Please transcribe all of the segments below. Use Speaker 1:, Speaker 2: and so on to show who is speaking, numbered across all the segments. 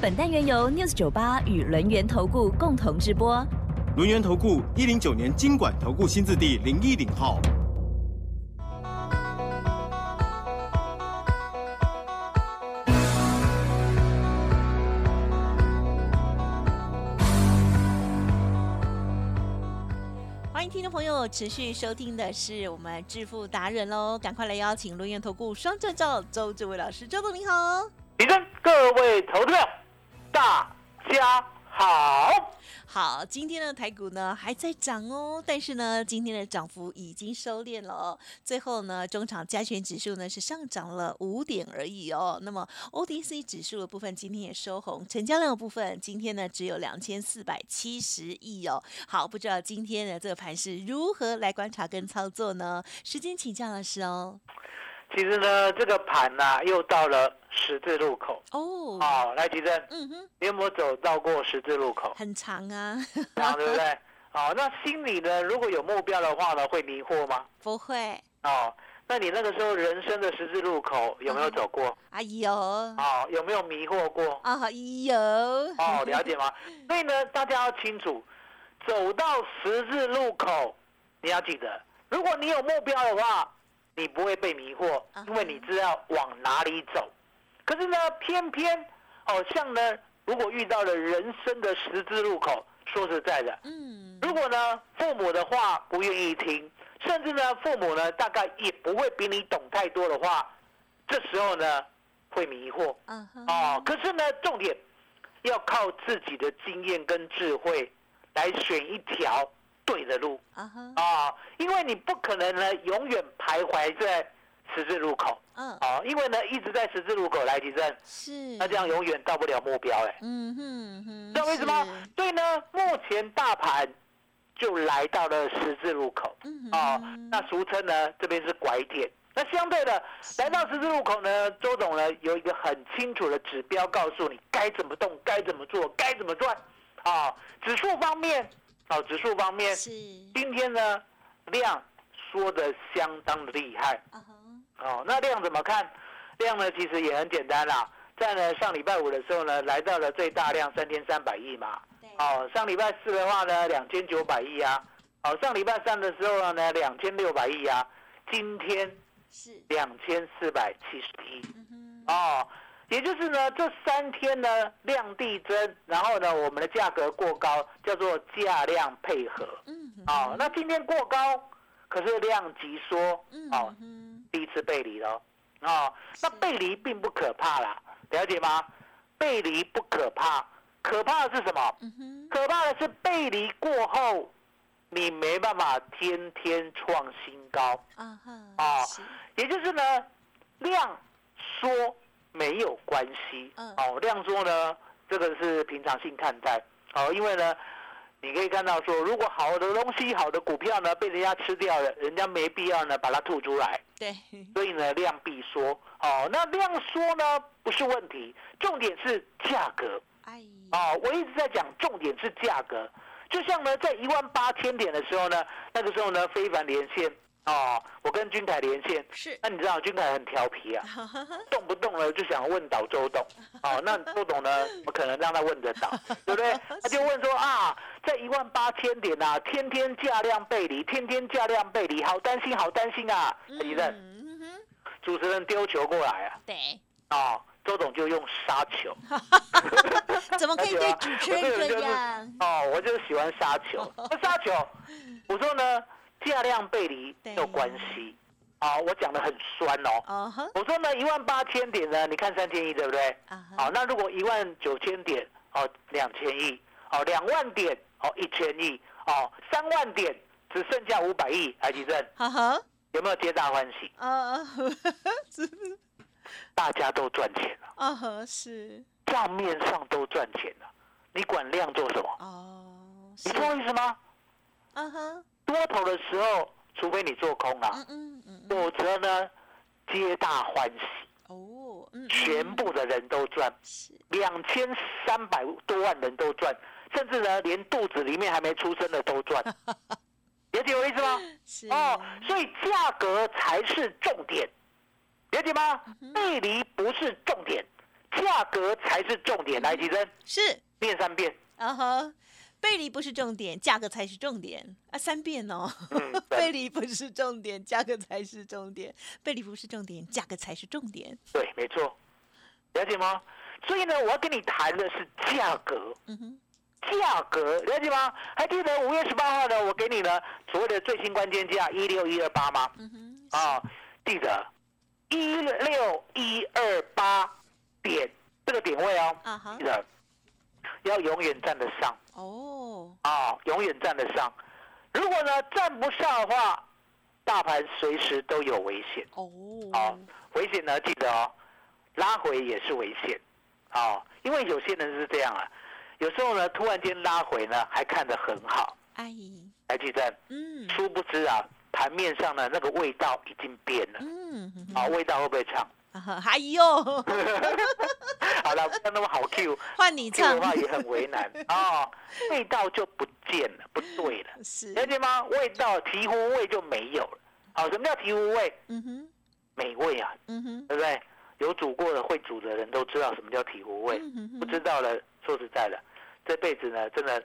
Speaker 1: 本单元由 News 九八与轮源投顾共同直播。
Speaker 2: 轮源投顾一零九年经管投顾新字第零一零号。
Speaker 3: 欢迎听众朋友持续收听的是我们致富达人喽，赶快来邀请轮源投顾双证照周志伟老师，周总您好。
Speaker 4: 李正，各位投资者，大家好。
Speaker 3: 好，今天的台股呢还在涨哦，但是呢，今天的涨幅已经收敛了哦。最后呢，中场加权指数呢是上涨了五点而已哦。那么 OTC 指数的部分今天也收红，成交量的部分今天呢只有两千四百七十亿哦。好，不知道今天的这个盘是如何来观察跟操作呢？时间请教老师哦。
Speaker 4: 其实呢，这个盘呐、又到了十字路口。
Speaker 3: 哦，
Speaker 4: 好、来，吉正，
Speaker 3: 嗯哼，？
Speaker 4: 你有没有走到过十字路口
Speaker 3: 很长啊，
Speaker 4: 然后对不对？好、那心里呢，如果有目标的话呢，会迷惑吗？
Speaker 3: 不会，
Speaker 4: 哦，那你那个时候人生的十字路口有没有走过？
Speaker 3: 啊有
Speaker 4: 哦，有没有迷惑过？
Speaker 3: 啊有，
Speaker 4: 哦，了 解吗？所以呢，大家要清楚，走到十字路口，你要记得，如果你有目标的话，你不会被迷惑
Speaker 3: 啊哈，
Speaker 4: 因为你知道往哪里走。可是呢，偏偏好、哦、像呢，如果遇到了人生的十字路口，说实在的，
Speaker 3: 嗯，
Speaker 4: 如果呢父母的话不愿意听，甚至呢父母呢大概也不会比你懂太多的话，这时候呢会迷惑。
Speaker 3: 嗯哼，
Speaker 4: 哦，可是呢，重点要靠自己的经验跟智慧来选一条对的路
Speaker 3: 啊哈，
Speaker 4: 啊、因为你不可能呢永远徘徊在十字路口
Speaker 3: 嗯，
Speaker 4: 啊、因为呢一直在十字路口来提升，
Speaker 3: 是，
Speaker 4: 那这样永远到不了目标哎、
Speaker 3: 嗯哼哼，
Speaker 4: 知道为什么
Speaker 3: 是？
Speaker 4: 对呢，目前大盘就来到了十字路口。
Speaker 3: 嗯
Speaker 4: 哦
Speaker 3: 哼，
Speaker 4: 那俗称呢，这边是拐点。那相对的，来到十字路口呢，周总呢有一个很清楚的指标，告诉你该怎么动、该怎么做、该怎么赚。啊、指数方面，哦，指数方面，
Speaker 3: 是
Speaker 4: 今天呢量缩的相当的厉害。
Speaker 3: 啊哈，
Speaker 4: 哦，那量怎么看？量呢其实也很简单啦，在呢上礼拜五的时候呢，来到了最大量三千三百亿嘛。
Speaker 3: 对，
Speaker 4: 哦，上礼拜四的话呢，两千九百亿啊。哦，上礼拜三的时候呢，两千六百亿啊。今天
Speaker 3: 是，
Speaker 4: 两千四百七十亿
Speaker 3: 嗯哼，
Speaker 4: 哦，也就是呢，这三天呢量递增，然后呢，我们的价格过高，叫做价量配合。
Speaker 3: 嗯哼，
Speaker 4: 哦，那今天过高，可是量急缩，
Speaker 3: 嗯
Speaker 4: 哦，
Speaker 3: 哼，
Speaker 4: 第一次背离了。哦，那
Speaker 3: 是
Speaker 4: 背离并不可怕啦，了解吗？背离不可怕，可怕的是什么？
Speaker 3: 嗯哼，
Speaker 4: 可怕的是背离过后，你没办法天天创新高，
Speaker 3: 啊哈，
Speaker 4: 哦
Speaker 3: 是，
Speaker 4: 也就是呢，量缩没有关系
Speaker 3: 嗯，
Speaker 4: 哦，量缩呢，这个是平常性看待，哦，因为呢，你可以看到说，如果好的东西、好的股票呢被人家吃掉了，人家没必要呢把它吐出来，
Speaker 3: 对，
Speaker 4: 所以呢量必缩，哦，那量缩呢不是问题，重点是价格，
Speaker 3: 哎，
Speaker 4: 哦，我一直在讲重点是价格，就像呢，在一万八千点的时候呢，那个时候呢，非凡连线哦，我跟君凯连线，
Speaker 3: 是，
Speaker 4: 那你知道君凯很调皮 啊，
Speaker 3: 哈哈哈，
Speaker 4: 动不动呢就想问倒周董，哦，那周董呢，不可能让他问得 倒，对不对？他就问说啊，在一万八千点啊，天天价量背离，天天价量背离，好担心，好担心啊！李任
Speaker 3: 嗯哼，
Speaker 4: 主持人丢球过来啊，
Speaker 3: 对，
Speaker 4: 哦，周董就用杀球，
Speaker 3: 怎么可以
Speaker 4: 了
Speaker 3: 对
Speaker 4: 解吗
Speaker 3: 主持人
Speaker 4: 我啊这个人
Speaker 3: 这
Speaker 4: 就是
Speaker 3: 样？
Speaker 4: 哦，我就是喜欢杀球。那杀球，我说呢，价量背离没有关系。啊、我讲的很酸哦。
Speaker 3: 哦哈，
Speaker 4: 我说呢，一万八千点呢，你看三千亿对不对？
Speaker 3: 啊
Speaker 4: 好、
Speaker 3: 哈，
Speaker 4: 那如果一万九千点，哦，两千亿，哦，两万点，哦，一千亿，哦，三万点，只剩下五百亿，海吉正
Speaker 3: 哈哈，
Speaker 4: 有没有皆大欢喜？
Speaker 3: 呃，是不 是？哦
Speaker 4: 大家都赚钱了，
Speaker 3: 啊哈，是，
Speaker 4: 账面上都赚钱了，你管量做什么？
Speaker 3: 哦，是
Speaker 4: 你，懂我意思吗？
Speaker 3: 嗯哼，
Speaker 4: 多头的时候，除非你做空啊
Speaker 3: 嗯，嗯嗯嗯，
Speaker 4: 否则呢，皆大欢喜，
Speaker 3: 哦，嗯，嗯
Speaker 4: 全部的人都赚，
Speaker 3: 是，
Speaker 4: 两千三百多万人都赚，甚至呢，连肚子里面还没出生的 都赚，了解我意思吗？
Speaker 3: 是，
Speaker 4: 哦，所以价格才是重点，了解吗？
Speaker 3: 嗯
Speaker 4: 背离不是重点，价格才是重点。
Speaker 3: 嗯
Speaker 4: 来，提升
Speaker 3: 是，
Speaker 4: 念三遍，
Speaker 3: 啊哈，背离不是重点，价格才是重点啊，三遍哦。，
Speaker 4: 嗯
Speaker 3: 背离不是重点，价格才是重点。背离不是重点，价格才是重点。
Speaker 4: 对，没错，了解吗？所以呢，我要跟你谈的是价格，
Speaker 3: 嗯哼，
Speaker 4: 价格了解吗？还记得五月十八号呢，我给你呢所谓的最新关键价一六一二八吗？
Speaker 3: 嗯哼，
Speaker 4: 啊，记得一六一二八点这个点位哦，
Speaker 3: 啊哈
Speaker 4: 记，得要永远站得上
Speaker 3: 哦，
Speaker 4: 啊，永远站得上。如果呢站不上的话，大盘随时都有危险。好
Speaker 3: 哦，
Speaker 4: 危险呢，记得哦，拉回也是危险，哦，因为有些人是这样啊，有时候呢，突然间拉回呢，还看得很好，
Speaker 3: 哎，
Speaker 4: 来记得，
Speaker 3: 嗯
Speaker 4: 殊不知啊，盘面上呢那个味道已经变了，
Speaker 3: 嗯，哼哼
Speaker 4: 啊，味道会不会 唱？
Speaker 3: 啊哈哎呦，
Speaker 4: 好了，不要那么好 Q，Q
Speaker 3: 换你唱
Speaker 4: 的话也很为难哦，味道就不见了，不对了，
Speaker 3: 是，
Speaker 4: 了解吗？味道醍醐味就没有了，好、什么叫醍醐味？
Speaker 3: 嗯哼，
Speaker 4: 美味啊，
Speaker 3: 嗯哼，
Speaker 4: 对不对？有煮过的会煮的人都知道什么叫体无味，
Speaker 3: 嗯哼哼
Speaker 4: 不知道了，说实在的，这辈子呢真的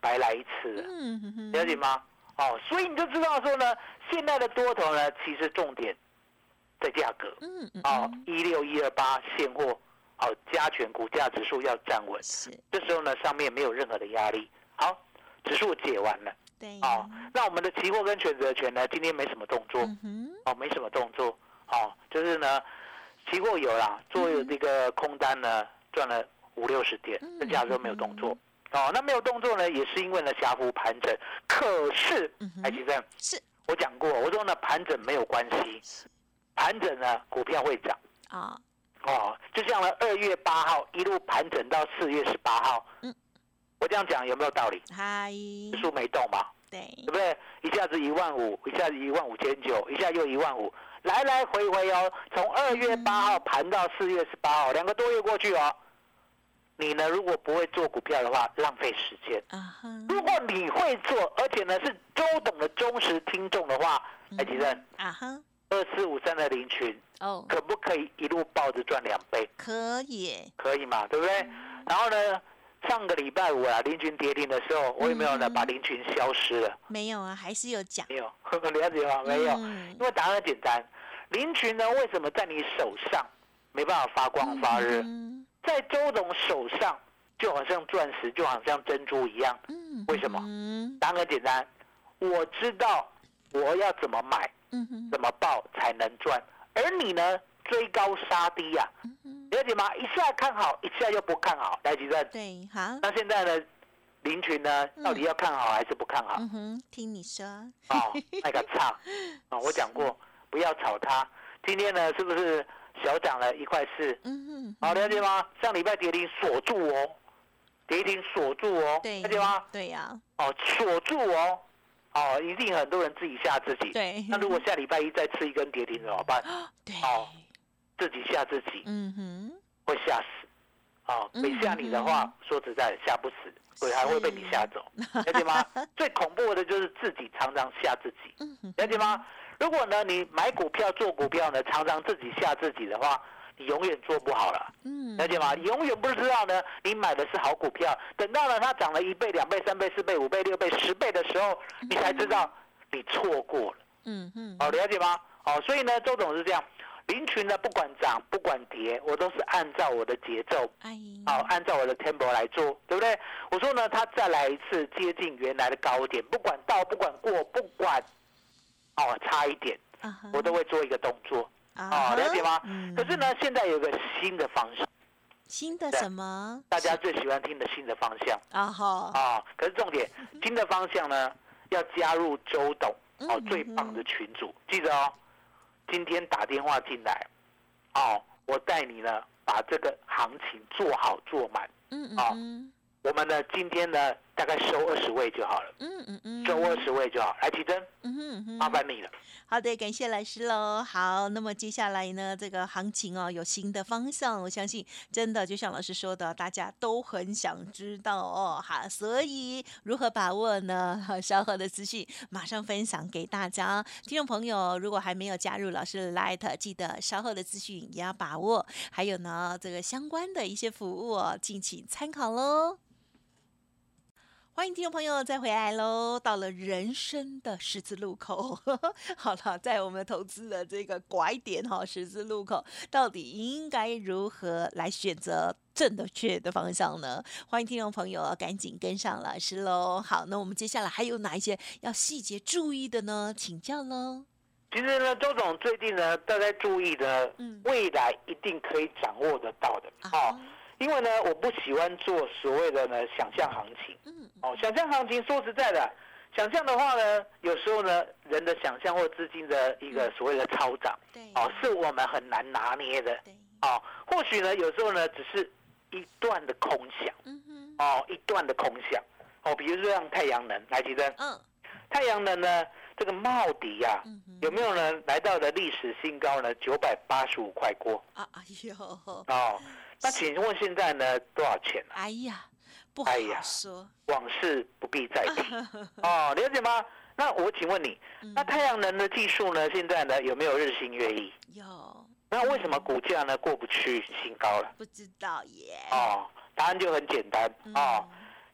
Speaker 4: 白来一次了，
Speaker 3: 嗯哼哼，
Speaker 4: 了解吗？哦，所以你就知道说呢，现在的多头呢，其实重点在价格
Speaker 3: 嗯嗯，
Speaker 4: 哦
Speaker 3: 嗯，
Speaker 4: 一六一二八现货哦，加权股价指数要站稳，
Speaker 3: 是
Speaker 4: 这时候呢上面没有任何的压力，好，指数解完了
Speaker 3: 对，
Speaker 4: 哦，那我们的期货跟选择权呢，今天没什么动作，
Speaker 3: 嗯哼，
Speaker 4: 哦，没什么动作，哦，就是呢，期货有啦，
Speaker 3: 嗯
Speaker 4: 做这个空单呢赚了五六十点
Speaker 3: 嗯，
Speaker 4: 剩下的都没有动作。哦，那没有动作呢，也是因为呢狭幅盘整。可是
Speaker 3: 嗯哼，
Speaker 4: 哎，其正，
Speaker 3: 是
Speaker 4: 我讲过，我说呢盘整没有关系，盘整呢股票会涨。
Speaker 3: 啊，
Speaker 4: 哦，就像呢二月八号一路盘整到四月十八号，
Speaker 3: 嗯
Speaker 4: 我这样讲有没有道理？
Speaker 3: 嗨，
Speaker 4: 指数没动嘛，
Speaker 3: 对
Speaker 4: 对，不对？一下子一万五，一下子一万五千九，一下又一万五，来来回回哦，从二月八号盘到四月十八号，两个多月过去哦。你呢，如果不会做股票的话，浪费时间；
Speaker 3: 啊哈，
Speaker 4: 如果你会做，而且呢是周董的忠实听众的话，哎，其实
Speaker 3: 啊哈，
Speaker 4: 二四五三的林群
Speaker 3: 哦，
Speaker 4: 可不可以一路抱着赚两倍？
Speaker 3: 可以，
Speaker 4: 可以嘛，对不对？然后呢，上个礼拜五啊，林群跌停的时候，我有没有呢
Speaker 3: 嗯
Speaker 4: 把林群消失了？
Speaker 3: 没有啊，还是有讲，
Speaker 4: 没有，了解吗？没有。
Speaker 3: 嗯
Speaker 4: 因为答案很简单，林群呢为什么在你手上没办法发光发热，
Speaker 3: 嗯
Speaker 4: 在周董手上就好像钻石，就好像珍珠一样？
Speaker 3: 嗯，
Speaker 4: 为什么
Speaker 3: 嗯
Speaker 4: 答案很简单，我知道我要怎么买、
Speaker 3: 嗯哼，
Speaker 4: 怎么报才能赚，而你呢追高杀低呀、
Speaker 3: 嗯哼，
Speaker 4: 了解吗？一下看好，一下又不看好，来吉正。
Speaker 3: 对，好，
Speaker 4: 那现在呢，林群呢
Speaker 3: 嗯
Speaker 4: 到底要看好还是不看好？
Speaker 3: 嗯哼，听你说，
Speaker 4: 哦，那个差 啊、哦，我讲过不要炒它。今天呢，是不是小涨了一块四？
Speaker 3: 嗯哼，
Speaker 4: 好、了解吗？上礼拜跌停锁住哦，跌停锁住哦，
Speaker 3: 对，
Speaker 4: 了解吗？
Speaker 3: 对啊呀，
Speaker 4: 哦，锁住哦，哦，一定很多人自己吓自己。
Speaker 3: 对，
Speaker 4: 那如果下礼拜一再吃一根跌停怎么办？
Speaker 3: 对，
Speaker 4: 哦自己吓自己
Speaker 3: 嗯哼，
Speaker 4: 会吓死。哦，
Speaker 3: 嗯
Speaker 4: 没吓你的话，说实在吓不死，鬼还会被你吓走，了 解吗？最恐怖的就是自己常常吓自己。
Speaker 3: 嗯哼，
Speaker 4: 了解吗？如果呢，你买股票做股票呢，常常自己吓自己的话，你永远做不好了，
Speaker 3: 嗯，
Speaker 4: 了解吗？你永远不知道呢，你买的是好股票，等到呢它涨了一倍、两倍、三倍、四倍、五倍、六倍、十倍的时候，你才知道你错过了。
Speaker 3: 嗯哼，
Speaker 4: 哦，了解吗？哦，所以呢，周董是这样，林群呢不管涨不管跌，我都是按照我的节奏，
Speaker 3: 哎，
Speaker 4: 哦，，按照我的 tempo 来做，对不对？我说呢，它再来一次接近原来的高点，不管到，不管过，不管哦差一点，
Speaker 3: 啊哈，
Speaker 4: 我都会做一个动作。
Speaker 3: 啊
Speaker 4: 哦，了解吗
Speaker 3: 哈嗯？
Speaker 4: 可是呢，现在有个新的方向，
Speaker 3: 新的
Speaker 4: 对
Speaker 3: 什么？
Speaker 4: 大家最喜欢听的新的方向
Speaker 3: 啊哈，
Speaker 4: 啊。可是重点，新的方向呢，要加入周董
Speaker 3: 嗯
Speaker 4: 哦
Speaker 3: 嗯
Speaker 4: 最棒的群组，记得哦，今天打电话进来，哦，我带你呢把这个行情做好做满。
Speaker 3: 嗯嗯
Speaker 4: 哦
Speaker 3: 嗯，
Speaker 4: 我们呢今天呢大概收二十位就好了，
Speaker 3: 嗯嗯嗯，
Speaker 4: 收二十位就好。来，奇珍，
Speaker 3: 嗯哼嗯哼
Speaker 4: 麻烦你了。
Speaker 3: 好的，感谢老师喽。好，那么接下来呢，这个行情哦有新的方向，我相信真的就像老师说的，大家都很想知道哦。好，所以如何把握呢？ 好稍后的资讯马上分享给大家。哦听众朋友，如果还没有加入老师的 Light，记得稍后的资讯也要把握。还有呢，这个相关的一些服务哦，敬请参考喽。欢迎听众朋友再回来喽！到了人生的十字路口， 好了，在我们投资的这个拐点哈、十字路口，到底应该如何来选择正的确的方向呢？欢迎听众朋友哦赶紧跟上老师喽！好，那我们接下来还有哪一些要细节注意的呢？请教喽。
Speaker 4: 其实呢，周总最近呢，大家注意呢
Speaker 3: 嗯，
Speaker 4: 未来一定可以掌握得到的
Speaker 3: 啊
Speaker 4: 哦。因为呢，我不喜欢做所谓的呢想象行情
Speaker 3: 嗯
Speaker 4: 哦。想象行情说实在的，想象的话呢，有时候呢，人的想象或资金的一个所谓的超涨
Speaker 3: 对，
Speaker 4: 哦，是我们很难拿捏的
Speaker 3: 对，
Speaker 4: 哦。或许呢，有时候呢，只是一段的空想
Speaker 3: 嗯哼，
Speaker 4: 哦，一段的空想哦。比如说像太阳能，来，吉珍，
Speaker 3: 嗯
Speaker 4: 太阳能呢，这个茂迪呀、
Speaker 3: 嗯哼，
Speaker 4: 有没有呢？来到了历史新高呢，九百八十五块过
Speaker 3: 啊？哎 呦，
Speaker 4: 哦。那请问现在呢多少钱啊？
Speaker 3: 哎呀，不好
Speaker 4: 哎呀
Speaker 3: 说，
Speaker 4: 往事不必再提哦，了解吗？那我请问你，
Speaker 3: 嗯
Speaker 4: 那太阳能的技术呢？现在呢有没有日新月异？
Speaker 3: 有
Speaker 4: 那为什么股价呢过不去新高了？
Speaker 3: 不知道耶？
Speaker 4: 哦，答案就很简单
Speaker 3: 嗯
Speaker 4: 哦，，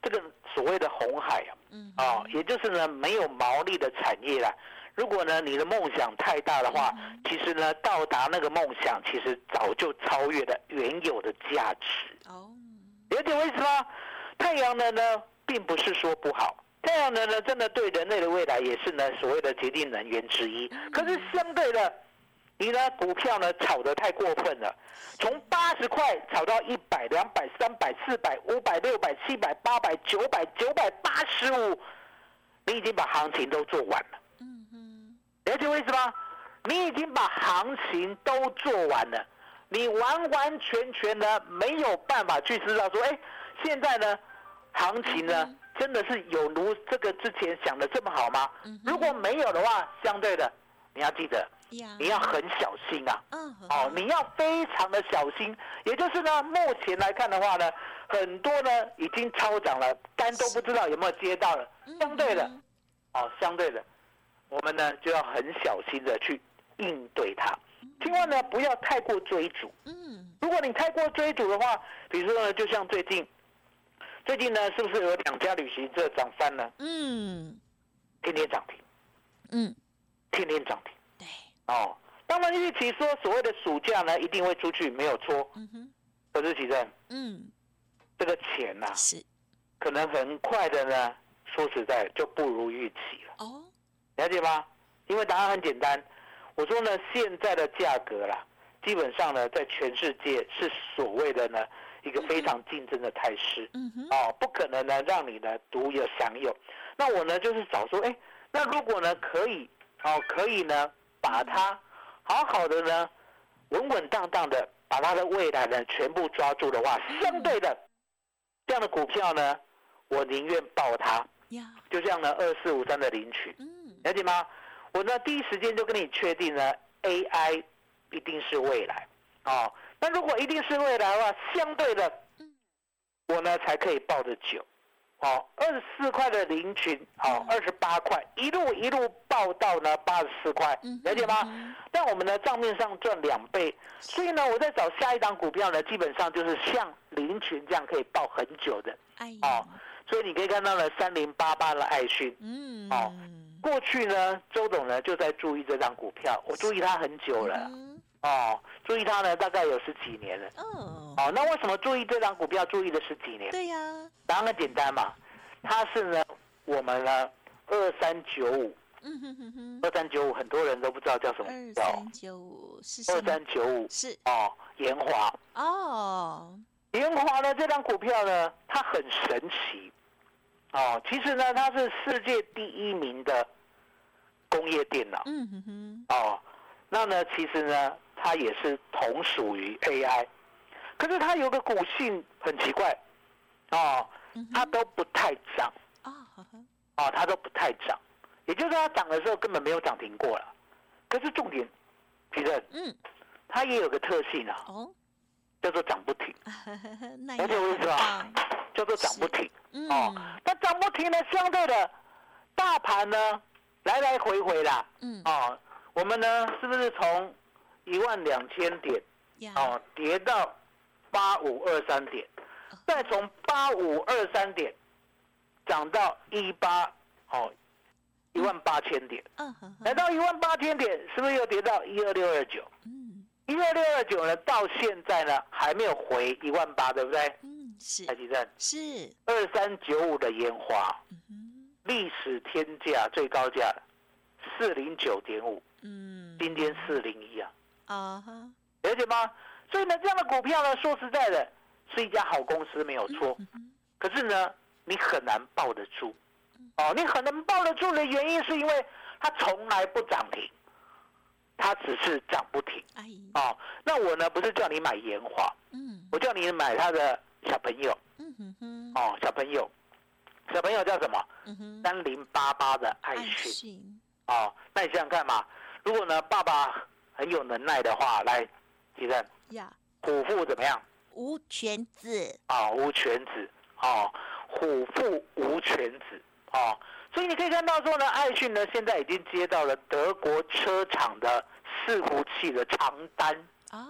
Speaker 4: 这个所谓的红海啊，
Speaker 3: 嗯哼，
Speaker 4: 哦，也就是呢没有毛利的产业啦。如果呢你的梦想太大的话，
Speaker 3: 嗯
Speaker 4: 其实呢到达那个梦想，其实早就超越了原有的价值。
Speaker 3: 哦，
Speaker 4: 了解我意思吗？太阳能呢，并不是说不好。太阳能呢，真的对人类的未来也是呢所谓的决定能源之一。可是相对的，你呢股票呢炒得太过分了，从八十块炒到一百、两百、三百、四百、五百、六百、七百、八百、九百、九百八十五，你已经把行情都做完了。
Speaker 3: 嗯哼，
Speaker 4: 了解我意思吗？你已经把行情都做完了，你完完全全的没有办法去知道说，哎，现在呢，行情呢，
Speaker 3: 嗯
Speaker 4: 真的是有如这个之前想的这么好吗？
Speaker 3: 嗯哼
Speaker 4: 如果没有的话，相对的，你要记得，
Speaker 3: 呀，
Speaker 4: 你要很小心啊。
Speaker 3: 嗯，
Speaker 4: 哦，你要非常的小心。也就是呢，目前来看的话呢，很多呢已经超涨了，单都不知道有没有接到了。相对的，哦，相对的，我们呢就要很小心的去应对它，千万呢不要太过追逐。
Speaker 3: 嗯，
Speaker 4: 如果你太过追逐的话，比如说呢，就像最近，最近呢是不是有两家旅行社涨翻呢？
Speaker 3: 嗯
Speaker 4: 天天涨停，
Speaker 3: 嗯，
Speaker 4: 天天涨停
Speaker 3: 对，
Speaker 4: 哦。当然预期说所谓的暑假呢一定会出去，没有错。
Speaker 3: 嗯哼，
Speaker 4: 可是其实
Speaker 3: 嗯，
Speaker 4: 这个钱呐、
Speaker 3: 是
Speaker 4: 可能很快的呢，说实在就不如预期了，
Speaker 3: 哦，
Speaker 4: 了解吗？因为答案很简单，我说呢，现在的价格啦，基本上呢，在全世界是所谓的呢一个非常竞争的态势
Speaker 3: 嗯哼，
Speaker 4: 哦，不可能呢让你呢独有享有。那我呢就是找说，哎，那如果呢可以哦，可以呢把它好好的呢，稳稳当当的把它的未来呢全部抓住的话，相对的这样的股票呢，我宁愿抱它，
Speaker 3: 呀，
Speaker 4: 就像呢二四五三的领取，
Speaker 3: 嗯，
Speaker 4: 了解吗？我呢第一时间就跟你确定呢，AI 一定是未来哦。那如果一定是未来的话，相对的
Speaker 3: 嗯，
Speaker 4: 我呢才可以抱着久。哦，二十四块的零群，
Speaker 3: 嗯
Speaker 4: 哦，二十八块，一路一路报到呢八十四块
Speaker 3: 嗯，哼
Speaker 4: 了解吗
Speaker 3: 嗯？
Speaker 4: 但我们呢账面上赚两倍，所以呢我在找下一档股票呢，基本上就是像零群这样可以报很久的
Speaker 3: 哎呀
Speaker 4: 哦，。所以你可以看到呢三零八八的爱讯，
Speaker 3: 嗯，
Speaker 4: 哦过去呢周董呢就在注意这张股票，我注意它很久了
Speaker 3: 嗯，
Speaker 4: 哦，注意它呢大概有十几年了。
Speaker 3: 哦，
Speaker 4: 哦，那为什么注意这张股票注意了十几年？
Speaker 3: 对呀，
Speaker 4: 答案很简单嘛，它是呢，我们呢二三九五，
Speaker 3: 嗯哼哼哼，
Speaker 4: 二三九五很多人都不知道叫什么
Speaker 3: 二
Speaker 4: 股票，
Speaker 3: 三九五是
Speaker 4: 二
Speaker 3: 什么？
Speaker 4: 三九五
Speaker 3: 是
Speaker 4: 哦，延华，
Speaker 3: 哦，
Speaker 4: 延华呢这张股票呢，它很神奇哦，其实呢它是世界第一名的工业电脑
Speaker 3: 嗯哼哼，
Speaker 4: 哦，那呢其实呢它也是同属于 AI，可是它有个股性很奇怪哦，
Speaker 3: 嗯
Speaker 4: 它都不太涨，
Speaker 3: 啊，呵呵
Speaker 4: 啊，它都不太涨，也就是说它涨的时候根本没有涨停过了。可是重点，其实
Speaker 3: 嗯，
Speaker 4: 它也有个特性啊，
Speaker 3: 哦，
Speaker 4: 叫做涨不停，
Speaker 3: 那
Speaker 4: 了解我意思吧
Speaker 3: 哎很棒？
Speaker 4: 叫做涨不停。
Speaker 3: 嗯，
Speaker 4: 哦，那涨不停呢，相对的大盘呢，来来回回啦，
Speaker 3: 嗯
Speaker 4: 哦，我们呢是不是从一万两千点
Speaker 3: 呀，
Speaker 4: 哦跌到八五二三点，
Speaker 3: 哦
Speaker 4: 再从八五二三点涨到一八哦一万八千点，
Speaker 3: 嗯，呵呵
Speaker 4: 来到一万八千点，是不是又跌到一二六二九？
Speaker 3: 嗯
Speaker 4: 一二六二九呢，到现在呢还没有回一万八，对不对？
Speaker 3: 嗯，
Speaker 4: 台
Speaker 3: 是
Speaker 4: 积电
Speaker 3: 是，
Speaker 4: 二三九五的烟花。
Speaker 3: 嗯
Speaker 4: 历史天价最高价四零九点五，
Speaker 3: 嗯，
Speaker 4: 今天四零一啊，
Speaker 3: 啊哈，
Speaker 4: 了解吗？所以呢，这样的股票呢，说实在的，是一家好公司没有错，
Speaker 3: 嗯
Speaker 4: 可是呢，你很难抱得住。
Speaker 3: 嗯
Speaker 4: 哦，你很难抱得住的原因是因为它从来不涨停，它只是涨不停。
Speaker 3: 哎，
Speaker 4: 哦，那我呢，不是叫你买延华，
Speaker 3: 嗯
Speaker 4: 我叫你买他的小朋友。
Speaker 3: 嗯哼哼，
Speaker 4: 哦，小朋友，小朋友叫什么？
Speaker 3: 嗯哼，
Speaker 4: 三零八八的爱
Speaker 3: 爱
Speaker 4: 讯。
Speaker 3: 讯，
Speaker 4: 哦，那你想想看嘛，如果呢爸爸很有能耐的话，来，其实
Speaker 3: 呀，
Speaker 4: 虎父怎么样？
Speaker 3: 无全子，
Speaker 4: 啊、无犬子，哦，虎父无犬子，哦，所以你可以看到说呢，爱讯呢现在已经接到了德国车厂的伺服器的长单，
Speaker 3: 啊，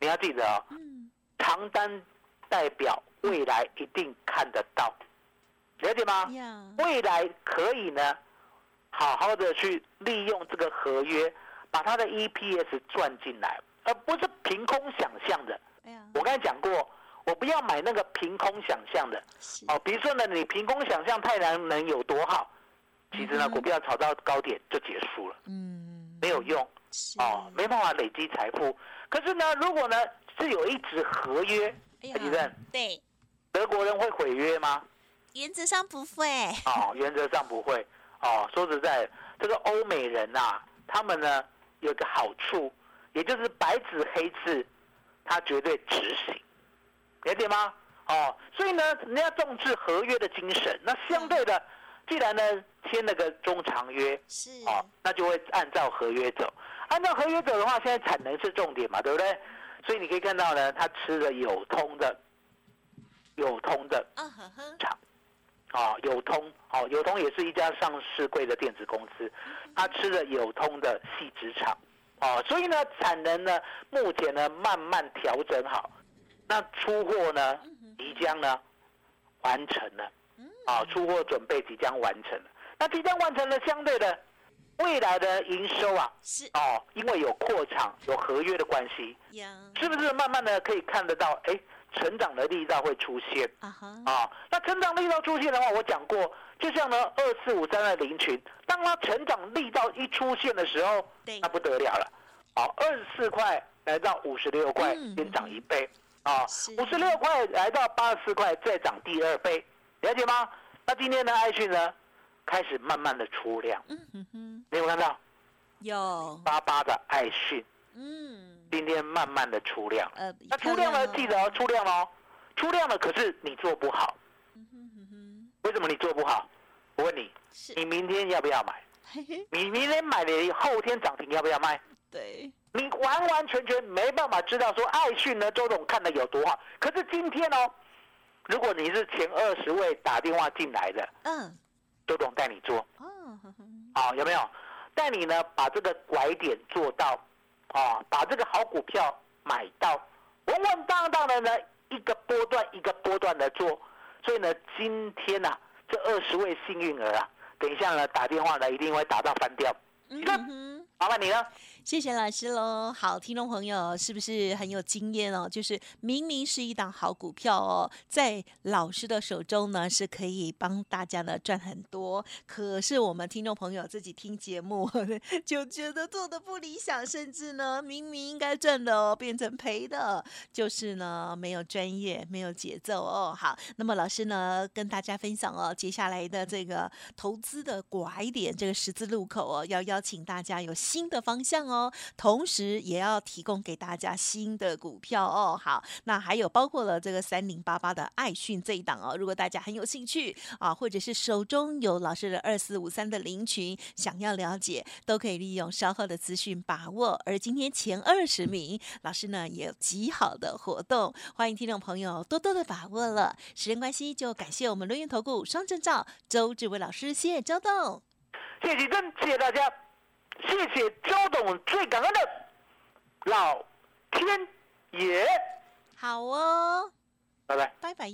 Speaker 4: 你要记得哦，
Speaker 3: 嗯
Speaker 4: 长单代表未来一定看得到，了解吗？
Speaker 3: 呀，
Speaker 4: 未来可以呢，好好的去利用这个合约，把它的 EPS 赚进来，而不是凭空想象的。
Speaker 3: 哎呀，
Speaker 4: 我刚才讲过，我不要买那个凭空想象的
Speaker 3: 是，
Speaker 4: 哦。比如说呢，你凭空想象太难能有多好，其实呢，
Speaker 3: 嗯哼
Speaker 4: 股票炒到高点就结束了，
Speaker 3: 嗯，
Speaker 4: 没有用
Speaker 3: 是
Speaker 4: 哦，没办法累积财富。可是呢，如果呢是有一纸合约，
Speaker 3: 哎
Speaker 4: 李正
Speaker 3: 呀，对，
Speaker 4: 德国人会毁约吗？
Speaker 3: 原则上不会，
Speaker 4: 哦，原则上不会。哦，说实在，这个欧美人呐、他们呢有个好处，也就是白纸黑字，他绝对执行，了解吗？哦，所以呢，人家重视合约的精神。那相对的，既然呢签了个中长约，
Speaker 3: 是，
Speaker 4: 哦，那就会按照合约走。按照合约走的话，现在产能是重点嘛，对不对？所以你可以看到呢，他吃了有通的，有通的，
Speaker 3: 啊呵呵，
Speaker 4: 啊，友通，哦，友通也是一家上市贵的电子公司，它吃了友通的细纸厂，哦，所以呢，产能呢，目前呢慢慢调整好，那出货呢即将呢完成了，啊，出货准备即将完成了，那即将完成了，相对的未来的营收啊，
Speaker 3: 是
Speaker 4: 哦，因为有扩厂有合约的关系，
Speaker 3: 呀，
Speaker 4: 是不是慢慢的可以看得到，哎，成长的力道会出现？
Speaker 3: 啊哈，
Speaker 4: 啊，那成长力道出现的话，我讲过，就像呢二四五三的林群，当它成长力道一出现的时候
Speaker 3: 对，
Speaker 4: 那不得了了。好，二十四块来到五十六块
Speaker 3: 嗯，
Speaker 4: 先涨一倍。啊
Speaker 3: 是，
Speaker 4: 五十六块来到八十四块，再涨第二倍，了解吗？那今天的爱讯呢，开始慢慢的出量，
Speaker 3: 嗯哼哼，
Speaker 4: 你有没有看到
Speaker 3: 有，
Speaker 4: 八八的爱讯
Speaker 3: 嗯，
Speaker 4: 今天慢慢的出量，
Speaker 3: 呃，
Speaker 4: 那出量
Speaker 3: 漂亮
Speaker 4: 呢，
Speaker 3: 哦
Speaker 4: 记得哦，出量哦，出量了，可是你做不好，
Speaker 3: 嗯哼哼哼，
Speaker 4: 为什么你做不好？我问你，
Speaker 3: 是，
Speaker 4: 你明天要不要买？
Speaker 3: 嘿嘿，
Speaker 4: 你明天买了，后天涨停要不要卖？
Speaker 3: 对，
Speaker 4: 你完完全全没办法知道说爱讯呢，周董看的有多好。可是今天哦，如果你是前二十位打电话进来的，
Speaker 3: 嗯，
Speaker 4: 周董带你做，
Speaker 3: 哦，呵呵
Speaker 4: 好、有没有？带你呢把这个拐点做到，啊，把这个好股票买到，稳稳当当的呢，一个波段一个波段的做。所以呢，今天啊，这二十位幸运儿啊，等一下呢打电话呢一定会打到翻掉。
Speaker 3: 嗯
Speaker 4: 那
Speaker 3: 哼哼。
Speaker 4: 麻烦你啊了。
Speaker 3: 谢谢老师喽。好，听众朋友是不是很有经验哦？就是明明是一档好股票哦，在老师的手中呢是可以帮大家呢赚很多，可是我们听众朋友自己听节目 就觉得做的不理想，甚至呢明明应该赚的哦，变成赔的，就是呢没有专业，没有节奏哦。好，那么老师呢跟大家分享哦，接下来的这个投资的拐点，这个十字路口哦，要邀请大家有新的方向哦。哦，同时也要提供给大家新的股票哦。好，那还有包括了这个三零八八的爱讯这一档哦，如果大家很有兴趣啊，或者是手中有老师的二四五三的零群，想要了解，都可以利用稍后的资讯把握。而今天前二十名，老师呢也有极好的活动，欢迎听众朋友多多的把握了。时间关系，就感谢我们轮源投顾双证照周志伟老师，谢谢周董。
Speaker 4: 谢谢真，谢谢大家，谢谢周董，最感恩的老天爷，
Speaker 3: 好哦，哦
Speaker 4: 拜拜。
Speaker 3: 拜拜。